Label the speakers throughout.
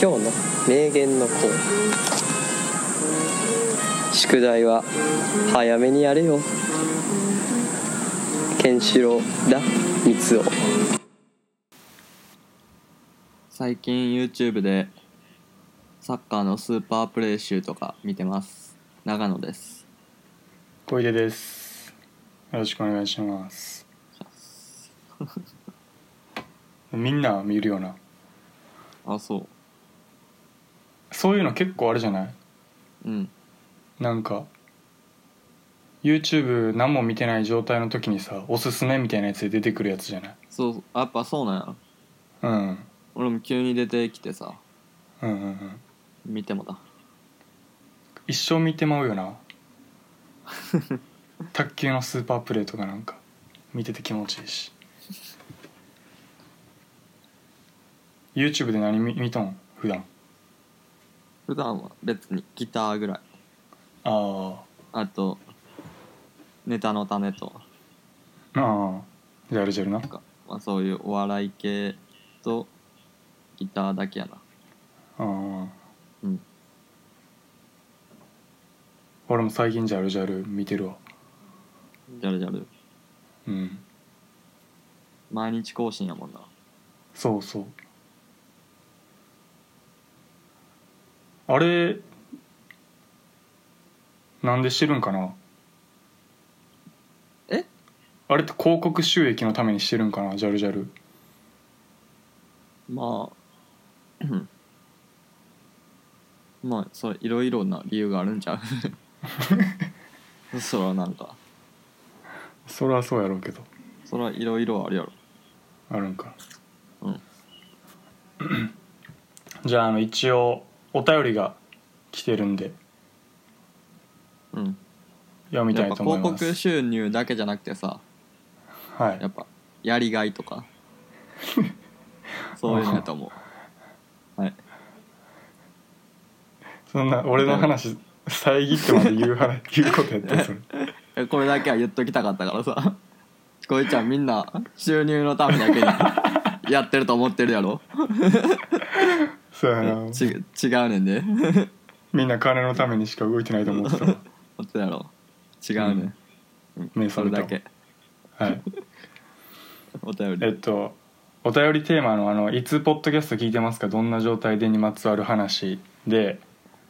Speaker 1: 今日の名言のコーナー宿題は早めにやれよケンシロウだ三つを
Speaker 2: 最近 YouTube でサッカーのスーパープレー集とか見てます長野です
Speaker 3: 小出ですよろしくお願いしますみんな見るよな
Speaker 2: あそ
Speaker 3: そういうの結構あれじゃないう
Speaker 2: うん
Speaker 3: なんか YouTube 何も見てない状態の時にさおすすめみたいなやつで出てくるやつじゃない
Speaker 2: そうやっぱそうなんや
Speaker 3: うん
Speaker 2: 俺も急に出てきてさ
Speaker 3: うんうんうん
Speaker 2: 見てもだ
Speaker 3: 一生見てまうよな卓球のスーパープレーとかなんか見てて気持ちいいし YouTube で何見見とん普段
Speaker 2: 普段は別にギターぐらい
Speaker 3: あ
Speaker 2: あとネタの種と
Speaker 3: あああじゃああれじゃるな
Speaker 2: なんか、まあ、そういうお笑い系とギターだけやな
Speaker 3: う
Speaker 2: う
Speaker 3: ん
Speaker 2: ん
Speaker 3: 俺も最近ジャルジャル見てるわ
Speaker 2: ジャルジャル
Speaker 3: うん
Speaker 2: 毎日更新やもんな
Speaker 3: そうそうあれなんでしてるんかな
Speaker 2: え
Speaker 3: あれって広告収益のためにしてるんかなジャルジャル
Speaker 2: まあうんまあそういろいろな理由があるんちゃう そらなんか
Speaker 3: それはそうやろうけど
Speaker 2: そらいろいろあるやろ
Speaker 3: あるんか
Speaker 2: うん
Speaker 3: じゃああの一応お便りが来てるんで
Speaker 2: うん
Speaker 3: 読みた
Speaker 2: やっ
Speaker 3: い
Speaker 2: ぱ
Speaker 3: と思い
Speaker 2: 広
Speaker 3: ます
Speaker 2: 告収入だけじゃなくてさ
Speaker 3: は
Speaker 2: や
Speaker 3: い
Speaker 2: っぱやりがいと かそういうのやと思うはい
Speaker 3: そんな俺の話遮ってまで言う 話言うことやったそれ
Speaker 2: えこれだけは言っときたかったからさ こいちゃんみんな収入のためだけにやってると思ってるやろ
Speaker 3: そうや な
Speaker 2: ち違うねんで
Speaker 3: みんな金のためにしか動いてないと思ってたわ
Speaker 2: 思ってたやろ違うねん、うん
Speaker 3: 目
Speaker 2: そ
Speaker 3: 覚
Speaker 2: れだ
Speaker 3: めたわ
Speaker 2: け
Speaker 3: はい
Speaker 2: お便
Speaker 3: え
Speaker 2: り
Speaker 3: っとお便りテーマのあの「いつポッドキャスト聞いてますかどんな状態で」にまつわる話で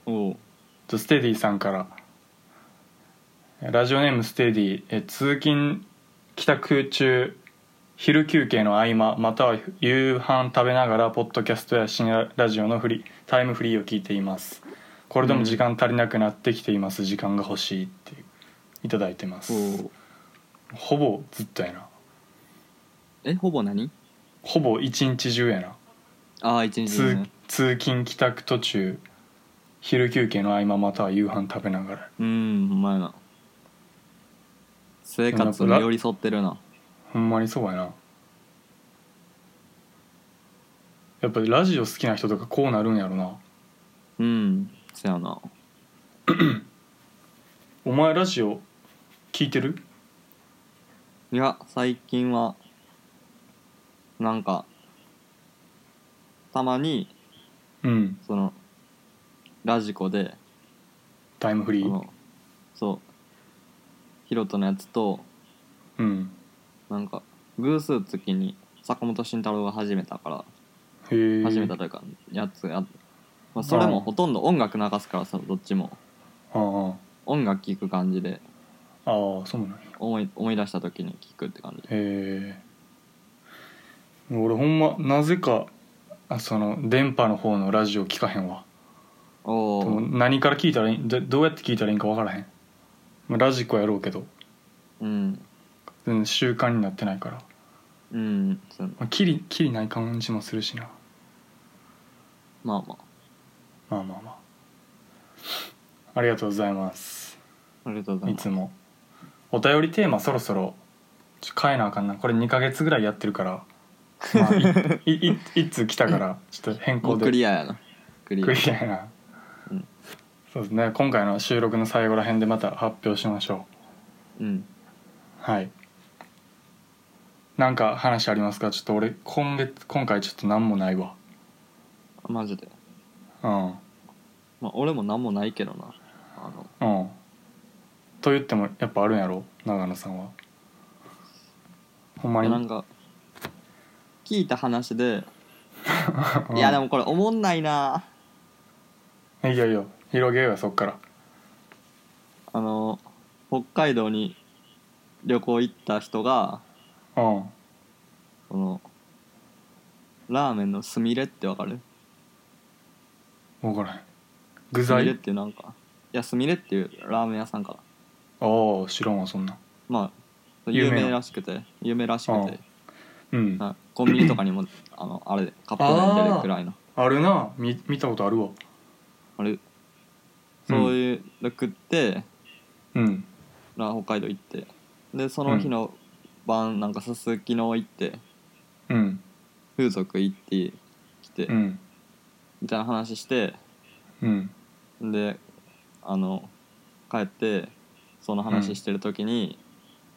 Speaker 2: おう
Speaker 3: とステディさんからラジオネームステディえ通勤帰宅中昼休憩の合間または夕飯食べながらポッドキャストや深夜ラジオのフリータイムフリーを聞いていますこれでも時間足りなくなってきています、時間が欲しいっていただいてます
Speaker 2: おう
Speaker 3: ほぼずっとやな
Speaker 2: えほぼ何
Speaker 3: ほぼ一日中やな
Speaker 2: ああ一日
Speaker 3: 通,、
Speaker 2: ね
Speaker 3: 通勤帰宅途中昼休憩の合間または夕飯食べながら
Speaker 2: うんほんまやな生活に寄り添ってるな
Speaker 3: ほんまにそうやなやっぱりラジオ好きな人とかこうなるんやろな
Speaker 2: うんそやな
Speaker 3: お前ラジオ聞いてる
Speaker 2: いや最近はなんかたまに
Speaker 3: うん
Speaker 2: そのラジコで
Speaker 3: タイムフリ
Speaker 2: そ
Speaker 3: ー
Speaker 2: のそうヒロトのやつと
Speaker 3: うん
Speaker 2: なんか偶数月に坂本慎太郎が始めたから
Speaker 3: へえ
Speaker 2: 始めたというかやつや、まあ、それもほとんど音楽流すからさどっちも
Speaker 3: ああ
Speaker 2: 音楽聴く感じで
Speaker 3: ああそうなんや
Speaker 2: 思い思い出した時に聴くって感じ
Speaker 3: へえ俺ほんまなぜかあその電波の方のラジオ聞かへんわ
Speaker 2: お
Speaker 3: も
Speaker 2: お
Speaker 3: う何から聞いたらいいどどうやって聞いたらいいんか分からへん、まあ、ラジコやろうけど
Speaker 2: うん
Speaker 3: 全然習慣になってないから、
Speaker 2: うんそう
Speaker 3: まあ、キリキリない感じもするしな
Speaker 2: まあま
Speaker 3: まあまあまあありがとうございます
Speaker 2: あありがとうござい
Speaker 3: い
Speaker 2: ます
Speaker 3: つもお便りテーマそろそろちょ変えなあかんなこれ2ヶ月ぐらいやってるから、まあ、 いいい一通来たからちょっと変
Speaker 2: も
Speaker 3: 更
Speaker 2: う
Speaker 3: で
Speaker 2: クリアやなクリア
Speaker 3: クリアやな、
Speaker 2: うん
Speaker 3: そうですね今回の収録の最後ら辺でまた発表しましょう
Speaker 2: うん
Speaker 3: はいなんか話ありますかちょっと俺今月今回ちょっと何もないわ
Speaker 2: マジで
Speaker 3: うん
Speaker 2: まあ俺も何もないけどなあの
Speaker 3: うんと言ってもやっぱあるんやろ長野さんはほんまに
Speaker 2: なんか聞いた話で、
Speaker 3: うん
Speaker 2: いやでもこれおもんないない
Speaker 3: いよいいよ広げようよそっから
Speaker 2: あの北海道に旅行行った人が
Speaker 3: うん
Speaker 2: そのラーメンのスミレってわかる
Speaker 3: 分からへん具
Speaker 2: スミレっ
Speaker 3: 材
Speaker 2: ていうなんかいやスミレっていうラーメン屋さんから
Speaker 3: ああ知らんわそんなん
Speaker 2: まあ
Speaker 3: 有
Speaker 2: 有
Speaker 3: 名な
Speaker 2: 名らしくて有名らしくて
Speaker 3: うん
Speaker 2: なコンビニとかにもあのあれでカップ麺出るくらいの
Speaker 3: あるなみ見たことあるわ
Speaker 2: あれそういうの食って、
Speaker 3: うん
Speaker 2: ら北海道行ってでその日の晩なんかすすきの行って
Speaker 3: うん
Speaker 2: 風俗行ってきて、
Speaker 3: うん
Speaker 2: みたいな話して
Speaker 3: うん
Speaker 2: であの帰ってその話してる時に、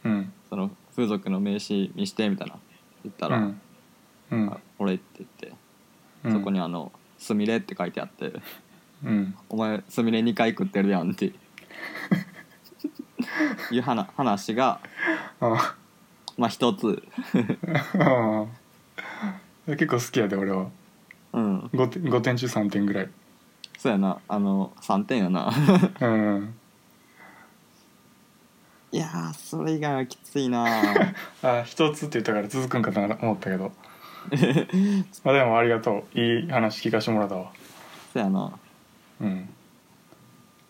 Speaker 3: うん
Speaker 2: その風俗の名刺見してみたいな言った
Speaker 3: う
Speaker 2: ら「
Speaker 3: んうん
Speaker 2: あ俺」って言って、
Speaker 3: うん
Speaker 2: そこにあの「すみれ」って書いてあって
Speaker 3: うん
Speaker 2: 「お前すみれ2回食ってるや ん」っていう話話が
Speaker 3: あ
Speaker 2: まあ一つ
Speaker 3: あ結構好きやで俺は
Speaker 2: うん
Speaker 3: 5点 ,5 点中3点ぐらい
Speaker 2: そうやなあの3点や な
Speaker 3: うん
Speaker 2: いやーそれ以外はきついなー
Speaker 3: あ一つって言ったから続くんかなと思ったけどまあでもありがとういい話聞かしてもらったわ
Speaker 2: そうやな
Speaker 3: うん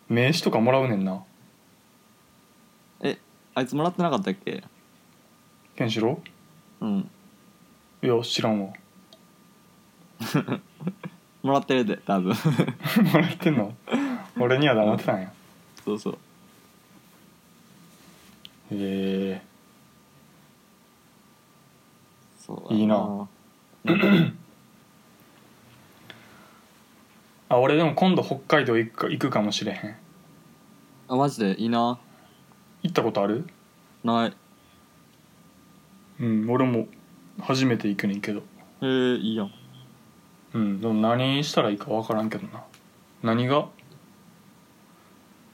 Speaker 3: 名刺とかもらうねんな
Speaker 2: えあいつもらってなかったっけ
Speaker 3: ケンシロ
Speaker 2: うん
Speaker 3: ウいや知らんわ
Speaker 2: もらってるで多分
Speaker 3: もらってんの俺には黙ってたんや
Speaker 2: そうそう
Speaker 3: へえ
Speaker 2: そう
Speaker 3: い
Speaker 2: い
Speaker 3: いな
Speaker 2: うん
Speaker 3: あ俺でも今度北海道行くか行くかもしれへん
Speaker 2: あマジでいいな
Speaker 3: 行ったことある
Speaker 2: ない
Speaker 3: うん俺も初めて行くねんけど
Speaker 2: へえいいやん
Speaker 3: うんでも何したらいいか分からんけどな何が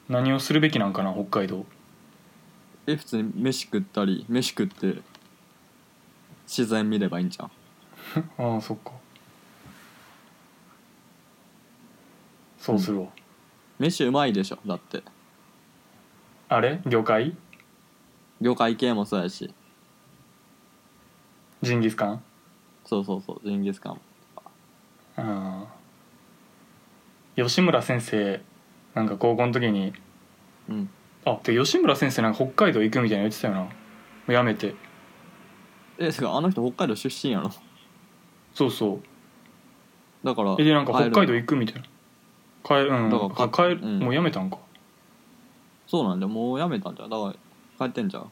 Speaker 3: 何をするべきなんかな北海道
Speaker 2: え普通に飯食ったり飯食って自然見ればいいんじゃん
Speaker 3: ああそっかそうするわ、
Speaker 2: 飯うまいでしょだって
Speaker 3: あれ魚介
Speaker 2: 魚介系もそうやし
Speaker 3: ジンギスカン
Speaker 2: そうそうそうジンギスカンも
Speaker 3: ああ吉村先生なんか高校の時に
Speaker 2: うん
Speaker 3: あてか吉村先生なんか北海道行くみたいなの言ってたよなもうやめて
Speaker 2: えてかあの人北海道出身やろ
Speaker 3: そうそう
Speaker 2: だから
Speaker 3: えでなんか北海道
Speaker 2: 帰る
Speaker 3: 行くみたいな帰るうん
Speaker 2: だから
Speaker 3: 帰
Speaker 2: う
Speaker 3: る、
Speaker 2: ん
Speaker 3: もうやめたんか
Speaker 2: そうなんだよもうやめたんじゃんだから帰ってんじゃん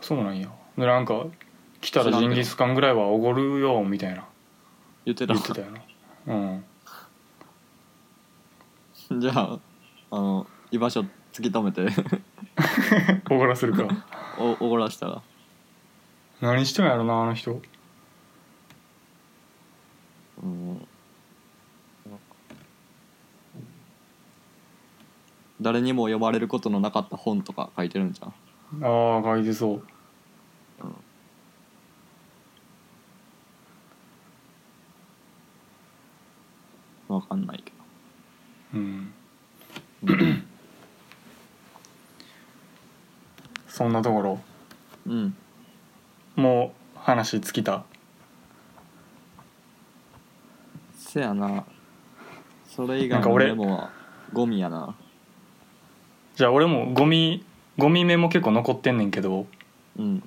Speaker 3: そうなんやでなんか来たら
Speaker 2: 知らんけ
Speaker 3: ジン
Speaker 2: ど
Speaker 3: ギスカンぐらいはおごるよみたいな
Speaker 2: 言ってた
Speaker 3: 言ってたよなう ん
Speaker 2: じゃああの居場所突き止めて
Speaker 3: おごらせるか
Speaker 2: おおごらしたら
Speaker 3: 何してんやろなあの人
Speaker 2: うん誰にも呼ばれることのなかった本とか書いてるんじゃん
Speaker 3: ああ書いてそう
Speaker 2: うんわかんないけ
Speaker 3: うんそんなところ
Speaker 2: どうん
Speaker 3: もう話尽きた
Speaker 2: せやなそれ以外
Speaker 3: なんか
Speaker 2: の
Speaker 3: 俺
Speaker 2: メモはゴミやな
Speaker 3: じゃあ俺もゴミゴミメモ結構残ってんねんけど
Speaker 2: うん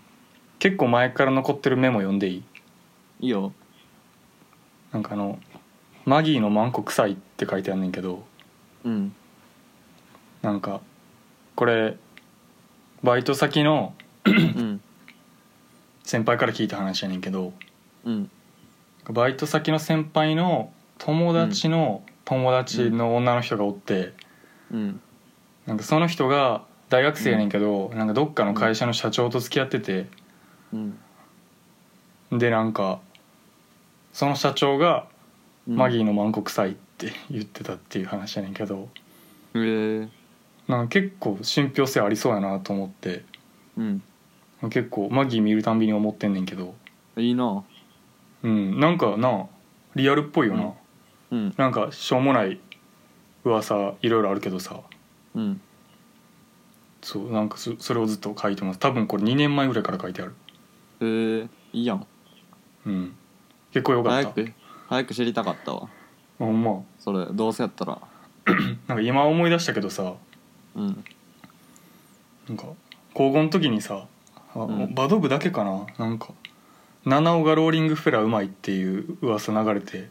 Speaker 3: 結構前から残ってるメモ読んでいい
Speaker 2: いいよ
Speaker 3: なんかあの「マギーのマンコ臭い」って書いてあんねんけど
Speaker 2: うん
Speaker 3: なんかこれバイト先の
Speaker 2: うん
Speaker 3: 先輩から聞いた話やねんけど
Speaker 2: うん
Speaker 3: バイト先の先輩の友達の友達の女の人がおって、
Speaker 2: うん
Speaker 3: なんかその人が大学生やねんけど、なんかどっかの会社の社長と付き合ってて
Speaker 2: うん
Speaker 3: でなんかその社長が
Speaker 2: うん
Speaker 3: マギーのマンコ臭いって言ってたっていう話やねんけど
Speaker 2: えー、
Speaker 3: なんか結構信憑性ありそうやなと思って
Speaker 2: うん
Speaker 3: 結構マギー見るたんびに思ってんねんけど
Speaker 2: いいな
Speaker 3: うんなんかなリアルっぽいよな、
Speaker 2: うんうん
Speaker 3: なんかしょうもない噂いろいろあるけどさ
Speaker 2: うん
Speaker 3: そうなんかそそれをずっと書いてます多分これ2年前ぐらいから書いてある
Speaker 2: えー、いいやん
Speaker 3: うん結構良かった
Speaker 2: 早く早く知りたかったわ
Speaker 3: ほんま
Speaker 2: それどうせやったら
Speaker 3: なんか今思い出したけどさ
Speaker 2: うん
Speaker 3: なんか高校の時にさあ、
Speaker 2: ん
Speaker 3: バド部だけかななんか七尾がローリングフェラうまいっていう噂流れて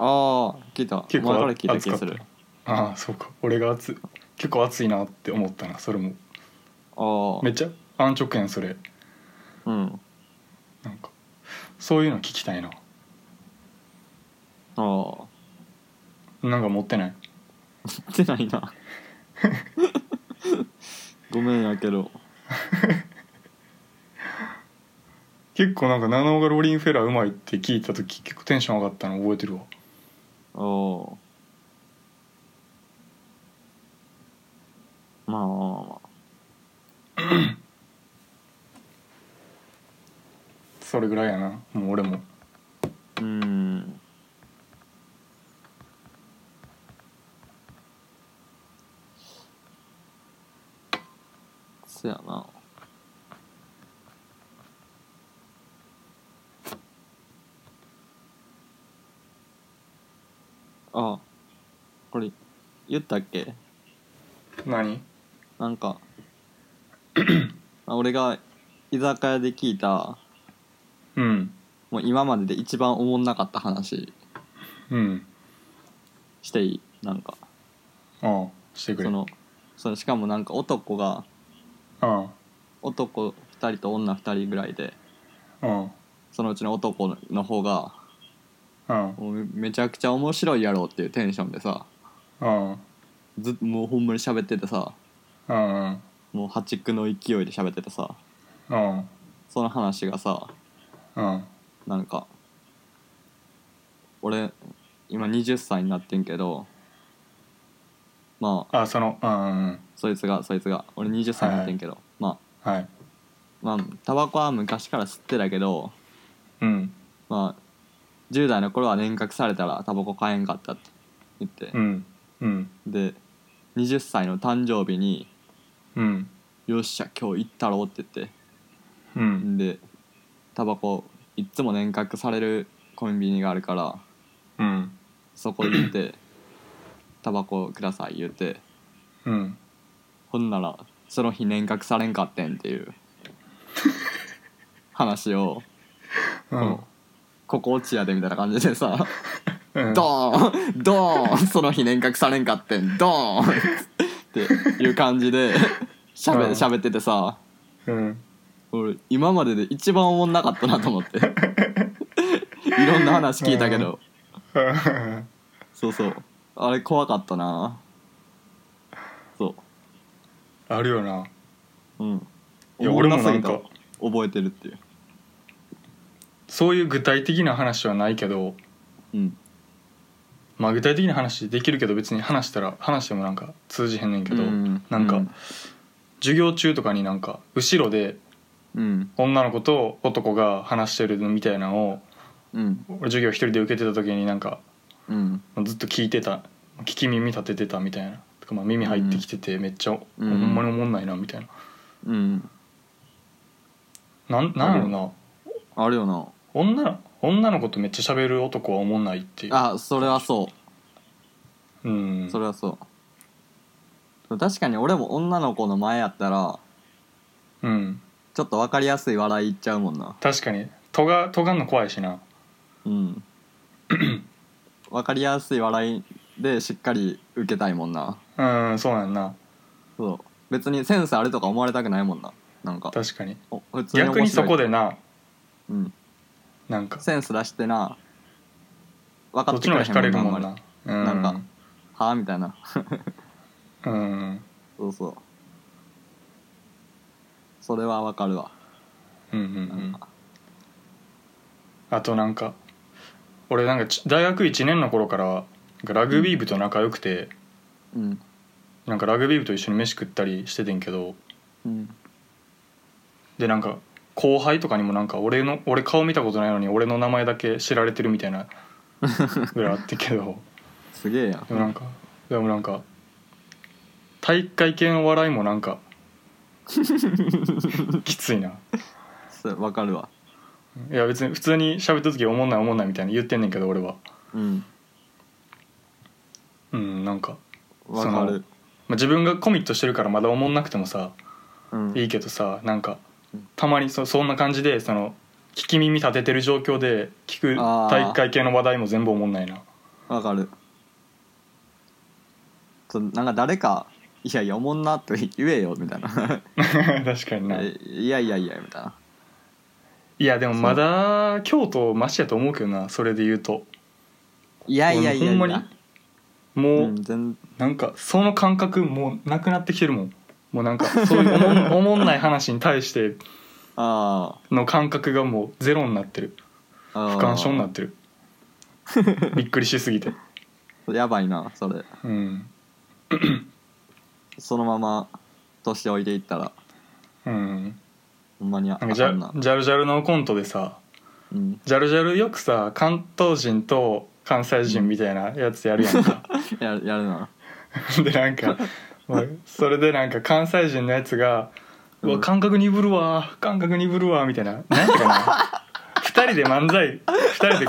Speaker 2: ああ聞いた
Speaker 3: 結
Speaker 2: お前
Speaker 3: 構
Speaker 2: から聞いた気
Speaker 3: 熱
Speaker 2: が
Speaker 3: かった
Speaker 2: する
Speaker 3: ああそうか俺が熱い結構熱いなって思ったなそれも
Speaker 2: あ
Speaker 3: めっちゃ安直やんそれ
Speaker 2: あうん
Speaker 3: なんかそういうの聞きたいな
Speaker 2: ああ
Speaker 3: なんか持ってない
Speaker 2: 言ってないな ごめんやけど
Speaker 3: 結構なんか七尾がローリングフェラうまいって聞いた時結構テンション上がったの覚えてるわ
Speaker 2: おおまあまあまあまあ
Speaker 3: それぐらいやなもう俺も
Speaker 2: うーんそやなああこれ言ったっけ
Speaker 3: 何
Speaker 2: なんかあ俺が居酒屋で聞いた
Speaker 3: うん
Speaker 2: もう今までで一番おもんなかった話
Speaker 3: うん
Speaker 2: していいなんか
Speaker 3: ああしてくれ
Speaker 2: そのそのしかもなんか男が
Speaker 3: あ
Speaker 2: 男2人と女2人ぐらいで
Speaker 3: ああ
Speaker 2: そのうちの男の方が
Speaker 3: ああ
Speaker 2: もうめめちゃくちゃ面白いやろっていうテンションでさ
Speaker 3: あ
Speaker 2: ずっもうほんまに喋っててさ
Speaker 3: あああ
Speaker 2: もう破竹の勢いで喋っててさ
Speaker 3: あ
Speaker 2: その話がさ
Speaker 3: あ
Speaker 2: なんか俺今20歳になってんけどまあ
Speaker 3: あそのうん
Speaker 2: そいつがそいつが俺20歳になってんけど、ま
Speaker 3: はい
Speaker 2: あまあタバコは昔から吸ってたけど
Speaker 3: うん
Speaker 2: まあ10代の頃は年賀来されたらタバコ買えんかったって言って
Speaker 3: う、んうん
Speaker 2: で20歳の誕生日に
Speaker 3: うん
Speaker 2: 「よっしゃ今日行ったろ」って言っ
Speaker 3: う
Speaker 2: て
Speaker 3: ん
Speaker 2: んでタバコいっつも年賀来されるコンビニがあるから
Speaker 3: うん
Speaker 2: そこ行 って「タバコください」言うて
Speaker 3: うん
Speaker 2: ほんならその日年賀来されんかってんっていう 話を
Speaker 3: うん
Speaker 2: ここ落ちやでみたいな感じでさ
Speaker 3: うん
Speaker 2: ドーンドーンその日年賀来されんかってんドーンっていう感じ でしゃべ
Speaker 3: うん
Speaker 2: っててさ
Speaker 3: うん
Speaker 2: 俺今までで一番おもんなかったなと思って いろんな話聞いたけどそうそうあれ怖かったなそ
Speaker 3: あるよな
Speaker 2: ううん
Speaker 3: いや
Speaker 2: おも
Speaker 3: 俺
Speaker 2: な
Speaker 3: もな
Speaker 2: す
Speaker 3: ん
Speaker 2: ぎた
Speaker 3: か
Speaker 2: 覚えてるっていう
Speaker 3: そういう具体的な話はないけど
Speaker 2: うん
Speaker 3: まあ具体的な話できるけど別に話したら話してもなんか通じへんねんけど
Speaker 2: うん
Speaker 3: なん
Speaker 2: う
Speaker 3: か
Speaker 2: ん
Speaker 3: 授業中とかになんか後ろで
Speaker 2: うん
Speaker 3: 女の子と男が話してるみたいなのを
Speaker 2: うん
Speaker 3: 俺授業一人で受けてた時になんか
Speaker 2: うん
Speaker 3: ずっと聞いてた聞き耳立ててたみたいなとか、まあ、耳入ってきててめっちゃ、
Speaker 2: うん
Speaker 3: ほんまにおもんないなみたいな
Speaker 2: うん
Speaker 3: なんなんやろな
Speaker 2: あるよな
Speaker 3: 女の女の子とめっちゃ喋る男はおもんないっていう
Speaker 2: あそれはそう
Speaker 3: うん
Speaker 2: それはそう確かに俺も女の子の前やったら
Speaker 3: うん
Speaker 2: ちょっと分かりやすい笑いいっちゃうもんな
Speaker 3: 確かにとがとがんの怖いしな
Speaker 2: うん 分かりやすい笑いでしっかり受けたいもんな
Speaker 3: うんそうなんやな
Speaker 2: そう別にセンスあるとか思われたくないもんななんか
Speaker 3: 確かに
Speaker 2: お普通に面白い
Speaker 3: 逆にそこでな
Speaker 2: うん、
Speaker 3: なんか
Speaker 2: センス出してな分か
Speaker 3: そっ
Speaker 2: っ
Speaker 3: ち
Speaker 2: て
Speaker 3: の
Speaker 2: く
Speaker 3: 方
Speaker 2: れ
Speaker 3: が
Speaker 2: へ
Speaker 3: 惹
Speaker 2: んも
Speaker 3: かれ
Speaker 2: ん
Speaker 3: る
Speaker 2: なあんまり
Speaker 3: もんなうん
Speaker 2: なんかはあみたいな
Speaker 3: うん
Speaker 2: そうそうそれは分かるわ
Speaker 3: うんうんう
Speaker 2: なん
Speaker 3: ん
Speaker 2: か
Speaker 3: あとなんか俺なんかち大学1年の頃からなんかラグビー部と仲良くて、
Speaker 2: うん
Speaker 3: なんかラグビー部と一緒に飯食ったりしててんけど
Speaker 2: うん
Speaker 3: でなんか後輩とかにもなんか俺の俺顔見たことないのに俺の名前だけ知られてるみたいなぐらいあってんけど
Speaker 2: すげえや
Speaker 3: でもなんかでもなんか体育会系の笑いもなんかきついな
Speaker 2: そうわかるわ
Speaker 3: いや別に普通に喋った時おもんないおもんないみたいに言ってんねんけど俺は
Speaker 2: うん
Speaker 3: うんなんか、
Speaker 2: わかる
Speaker 3: まあ、自分がコミットしてるからまだおもんなくてもさ
Speaker 2: うん
Speaker 3: いいけどさなんか
Speaker 2: うん
Speaker 3: たまにそそんな感じでその聞き耳立ててる状況で聞く
Speaker 2: あー
Speaker 3: 体育会系の話題も全部おもんない な
Speaker 2: わかるそうなんか誰か「いやいやおもんな」って言えよみたいな
Speaker 3: 確かにな
Speaker 2: え いやいやいやみたいない
Speaker 3: やでもまだ京都マシやと思うけどなそれで言うと
Speaker 2: いやいやいやい
Speaker 3: ほんま
Speaker 2: や
Speaker 3: にもう、
Speaker 2: うん全
Speaker 3: なんかその感覚もうなくなってきてるもんもうなんかそういうおもん おもんない話に対して
Speaker 2: あ
Speaker 3: の感覚がもうゼロになってる
Speaker 2: ーあー
Speaker 3: 不感症にな ってるびっくりしすぎて
Speaker 2: やばいなそれ
Speaker 3: うん
Speaker 2: そのまま年置いていったら
Speaker 3: うん
Speaker 2: ほんまにあ
Speaker 3: なんか
Speaker 2: あ
Speaker 3: ジ
Speaker 2: かんな
Speaker 3: ャジャルジャルのコントでさ
Speaker 2: うん
Speaker 3: ジャルジャルよくさ関東人と関西人みたいなやつやるやんか
Speaker 2: やるやるな
Speaker 3: でなんかまあそれでなんか関西人のやつが「うわ感覚鈍るわ感覚鈍るわ」みたいな何ていうかな二人で漫才二人で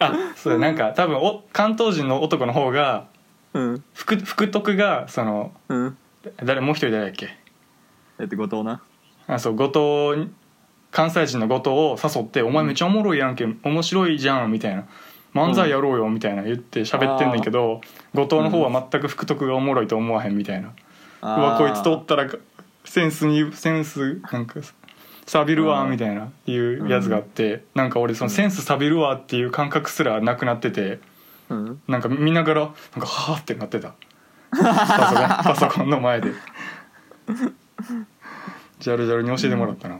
Speaker 3: あそうだなんか多分お関東人の男の方が
Speaker 2: うん
Speaker 3: 福福徳がその
Speaker 2: うん
Speaker 3: 誰もう一人誰だっけ
Speaker 2: えって後藤な
Speaker 3: あそう後藤に関西人の後藤を誘って「お前めっちゃおもろいやんけ面白いじゃん」みたいな「漫才やろうよ」みたいな言って喋ってんだけど、後藤の方は全く福徳がおもろいと思わへんみたいな「
Speaker 2: う
Speaker 3: うわこいつとったらセンスにセンスなんか錆びるわ」みたいないうやつがあって、なんか俺そのセンス錆びるわっていう感覚すらなくなってて
Speaker 2: うん
Speaker 3: なんか見ながらなんかはあってなってたパソコンパソコンの前 でジャルジャルに教えてもらったな、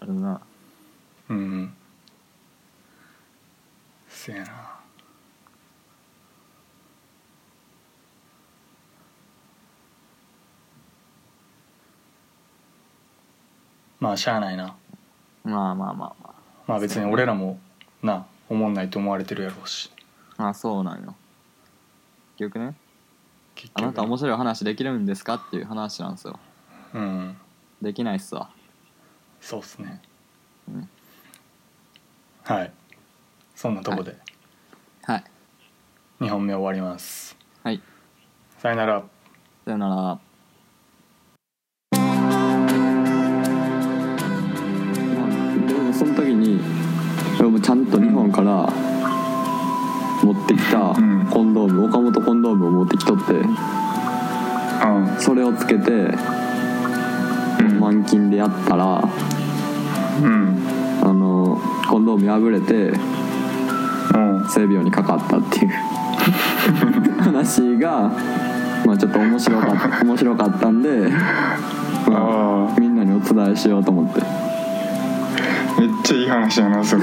Speaker 2: あるな
Speaker 3: うんせやなまあしゃあないな
Speaker 2: まあまあまあま
Speaker 3: まあ別に俺らもなおもんないと思われてるやろうし
Speaker 2: あまあそうなんよ結局ね
Speaker 3: 結
Speaker 2: あなた面白い話できるんですかっていう話なんですよ
Speaker 3: うん
Speaker 2: できないっすわ
Speaker 3: そうっすね、
Speaker 2: うん
Speaker 3: はいそんなとこで
Speaker 2: はい
Speaker 3: 2本目終わります
Speaker 2: はい
Speaker 3: さよなら
Speaker 2: さよなら
Speaker 4: でもその時に俺もちゃんと日本から持ってきた
Speaker 3: ん
Speaker 4: コンドーム、岡本コンドームを持ってきとって
Speaker 3: うん
Speaker 4: それをつけて満勤でやったら
Speaker 3: うん
Speaker 4: あのコンドーム破れて
Speaker 3: うん
Speaker 4: 性病にかかったっていう話が、まあ、ちょっと面白かった面白かったんで、ま
Speaker 3: あ
Speaker 4: あ、みんなにお伝えしようと思って
Speaker 3: あめっちゃいい話やなそれ